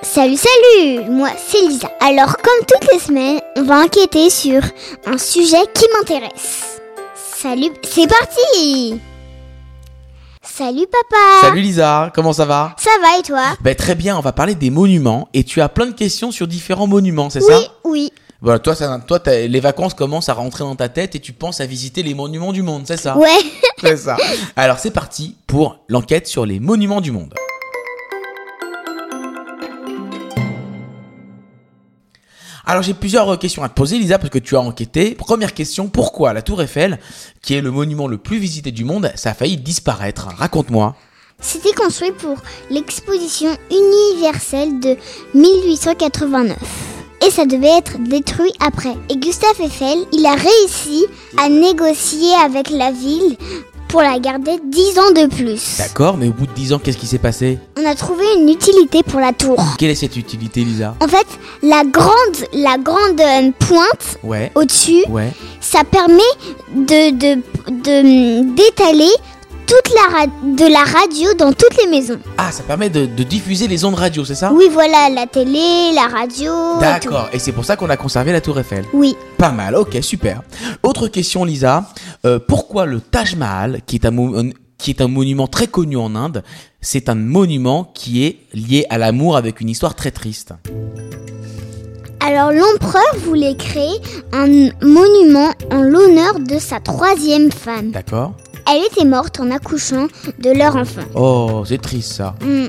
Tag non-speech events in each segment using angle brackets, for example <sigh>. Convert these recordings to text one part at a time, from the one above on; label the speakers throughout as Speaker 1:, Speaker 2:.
Speaker 1: Salut, salut Moi, c'est Lisa. Alors, comme toutes les semaines, on va enquêter sur un sujet qui m'intéresse. Salut, c'est parti Salut papa
Speaker 2: Salut Lisa, comment ça va
Speaker 1: Ça va et toi
Speaker 2: Ben très bien, on va parler des monuments et tu as plein de questions sur différents monuments, c'est
Speaker 1: Oui,
Speaker 2: ça
Speaker 1: oui,
Speaker 2: Voilà, toi, ça, toi t'as- les vacances commencent à rentrer dans ta tête et tu penses à visiter les monuments du monde, c'est ça
Speaker 1: ouais <laughs>
Speaker 2: C'est ça. <laughs> Alors c'est parti pour l'enquête sur les monuments du monde. Alors j'ai plusieurs euh, questions à te poser Lisa parce que tu as enquêté. Première question, pourquoi la tour Eiffel, qui est le monument le plus visité du monde, ça a failli disparaître Raconte-moi.
Speaker 1: C'était construit pour l'exposition universelle de 1889. Et ça devait être détruit après. Et Gustave Eiffel, il a réussi à négocier avec la ville pour la garder 10 ans de plus.
Speaker 2: D'accord, mais au bout de 10 ans, qu'est-ce qui s'est passé
Speaker 1: On a trouvé une utilité pour la tour.
Speaker 2: Quelle est cette utilité, Lisa
Speaker 1: En fait, la grande, la grande euh, pointe
Speaker 2: Ouais.
Speaker 1: au-dessus,
Speaker 2: Ouais.
Speaker 1: ça permet de de- de- hum, d'étaler toute la ra- de la radio dans toutes les maisons.
Speaker 2: Ah, ça permet de, de diffuser les ondes radio, c'est ça
Speaker 1: Oui, voilà, la télé, la radio. et tout.
Speaker 2: Ah. D'accord, et c'est pour ça qu'on a conservé la Tour Eiffel.
Speaker 1: Oui,
Speaker 2: Pas mal, ok, super. Autre question, Lisa. Euh, pourquoi le Taj Mahal, qui est, un mo- un- qui est un monument très connu en Inde, c'est un monument qui est lié à l'amour avec une histoire très triste
Speaker 1: alors l'empereur voulait créer un monument en l'honneur de sa troisième femme.
Speaker 2: D'accord
Speaker 1: Elle était morte en accouchant de leur enfant.
Speaker 2: Oh, c'est triste ça.
Speaker 1: Hmm.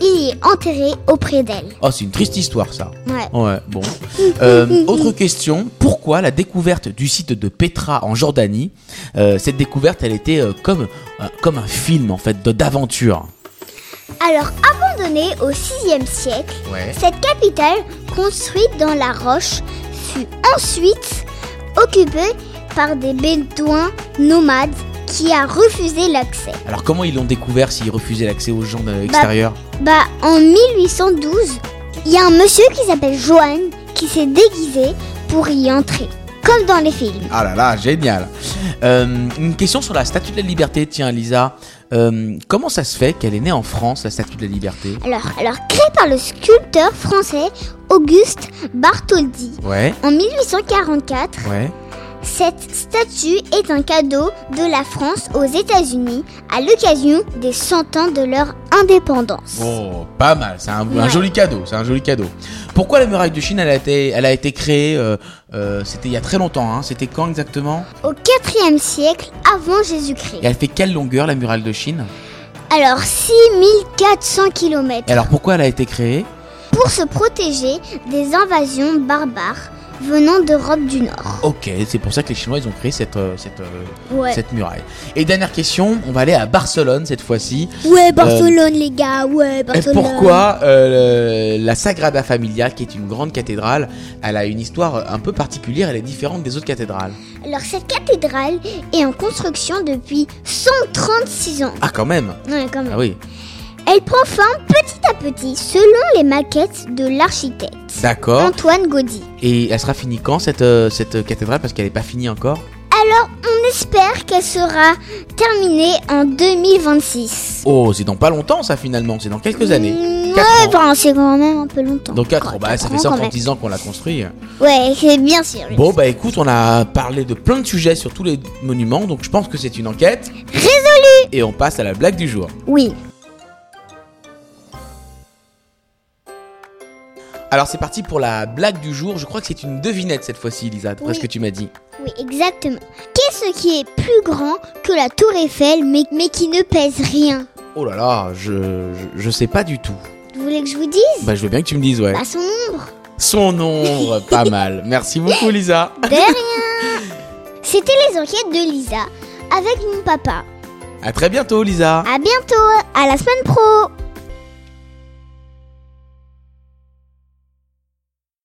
Speaker 1: Il est enterré auprès d'elle.
Speaker 2: Oh, c'est une triste histoire ça.
Speaker 1: Ouais.
Speaker 2: Ouais, bon. Euh, autre question, pourquoi la découverte du site de Petra en Jordanie euh, Cette découverte, elle était euh, comme, euh, comme un film en fait, de- d'aventure.
Speaker 1: Alors abandonnée au 6e siècle,
Speaker 2: Ouais.
Speaker 1: Cette capitale, construite dans la roche, fut ensuite occupée par des bédouins nomades qui a refusé l'accès.
Speaker 2: Alors comment ils l'ont découvert s'ils refusaient l'accès aux gens euh, de l'extérieur
Speaker 1: Bah, en 1812, il y a un monsieur qui s'appelle Johan qui s'est déguisé pour y entrer, comme dans les films.
Speaker 2: Ah là là, génial Euh, Une question sur la Statue de la Liberté, tiens Lisa. Euh, comment ça se fait qu'elle est née en France, la Statue de la Liberté
Speaker 1: Alors, alors créée par le sculpteur français Auguste Bartholdi
Speaker 2: Ouais,
Speaker 1: en 1844,
Speaker 2: ouais.
Speaker 1: Cette statue est un cadeau de la France aux États-Unis à l'occasion des 100 ans de leur indépendance.
Speaker 2: Oh, pas mal, c'est un, un
Speaker 1: Ouais.
Speaker 2: joli cadeau, c'est un joli cadeau. Pourquoi la muraille de Chine, elle a été, elle a été créée, euh, euh, c'était il y a très longtemps, hein, c'était quand exactement
Speaker 1: Au 4e siècle avant Jésus-Christ.
Speaker 2: Et elle fait quelle longueur la muraille de Chine
Speaker 1: Alors 6400
Speaker 2: Et
Speaker 1: km
Speaker 2: alors pourquoi elle a été créée
Speaker 1: pour se protéger des invasions barbares venant d'Europe du Nord.
Speaker 2: Ok, c'est pour ça que les Chinois, ils ont créé cette, euh, cette, euh,
Speaker 1: Ouais,
Speaker 2: cette muraille. Et dernière question, on va aller à Barcelone cette fois-ci.
Speaker 1: ouais Barcelone les gars, ouais
Speaker 2: Ah. Euh, Et
Speaker 1: Barcelone.
Speaker 2: pourquoi euh, le- la Sagrada Familia, qui est une grande cathédrale, elle a une histoire un peu particulière, elle est différente des autres cathédrales
Speaker 1: Alors cette cathédrale est en construction depuis 136 ans.
Speaker 2: Ah quand même
Speaker 1: Ouais, quand même.
Speaker 2: Ah oui,
Speaker 1: Elle prend forme petit à petit selon les maquettes de l'architecte
Speaker 2: d'accord.
Speaker 1: Antoine Gaudy.
Speaker 2: Et elle sera finie quand cette, euh, cette cathédrale Parce qu'elle n'est pas finie encore.
Speaker 1: Alors on espère qu'elle sera terminée en 2026.
Speaker 2: Oh, c'est dans pas longtemps ça finalement, c'est dans quelques années.
Speaker 1: Mmh,
Speaker 2: Quatre
Speaker 1: ouais,
Speaker 2: ans.
Speaker 1: enfin, c'est quand même un peu longtemps.
Speaker 2: Dans 4 ans,
Speaker 1: Oh,
Speaker 2: bah, ça
Speaker 1: quatre
Speaker 2: fait
Speaker 1: ans, quand même.
Speaker 2: 130 ans qu'on l'a construit.
Speaker 1: Ouais, c'est bien sûr. bien
Speaker 2: Bon, bah écoute, on a parlé de plein de sujets sur tous les monuments, donc je pense que c'est une enquête. Résolue Et on passe à la blague du jour.
Speaker 1: sûr. Oui.
Speaker 2: Alors c'est parti pour la blague du jour, je crois que c'est une devinette cette fois-ci Lisa, d'après
Speaker 1: Oui.
Speaker 2: ce que tu m'as dit.
Speaker 1: Oui, exactement. Qu'est-ce qui est plus grand que la tour Eiffel mais, mais qui ne pèse rien
Speaker 2: Oh là là, je, je, je sais pas du tout.
Speaker 1: Vous voulez que je vous dise
Speaker 2: Bah je veux bien que tu me dises, ouais.
Speaker 1: Bah son ombre. <laughs>
Speaker 2: Son nombre, pas mal. Merci beaucoup Lisa. <laughs>
Speaker 1: De rien C'était les enquêtes de Lisa avec mon papa.
Speaker 2: À très bientôt Lisa.
Speaker 1: À bientôt, à la semaine pro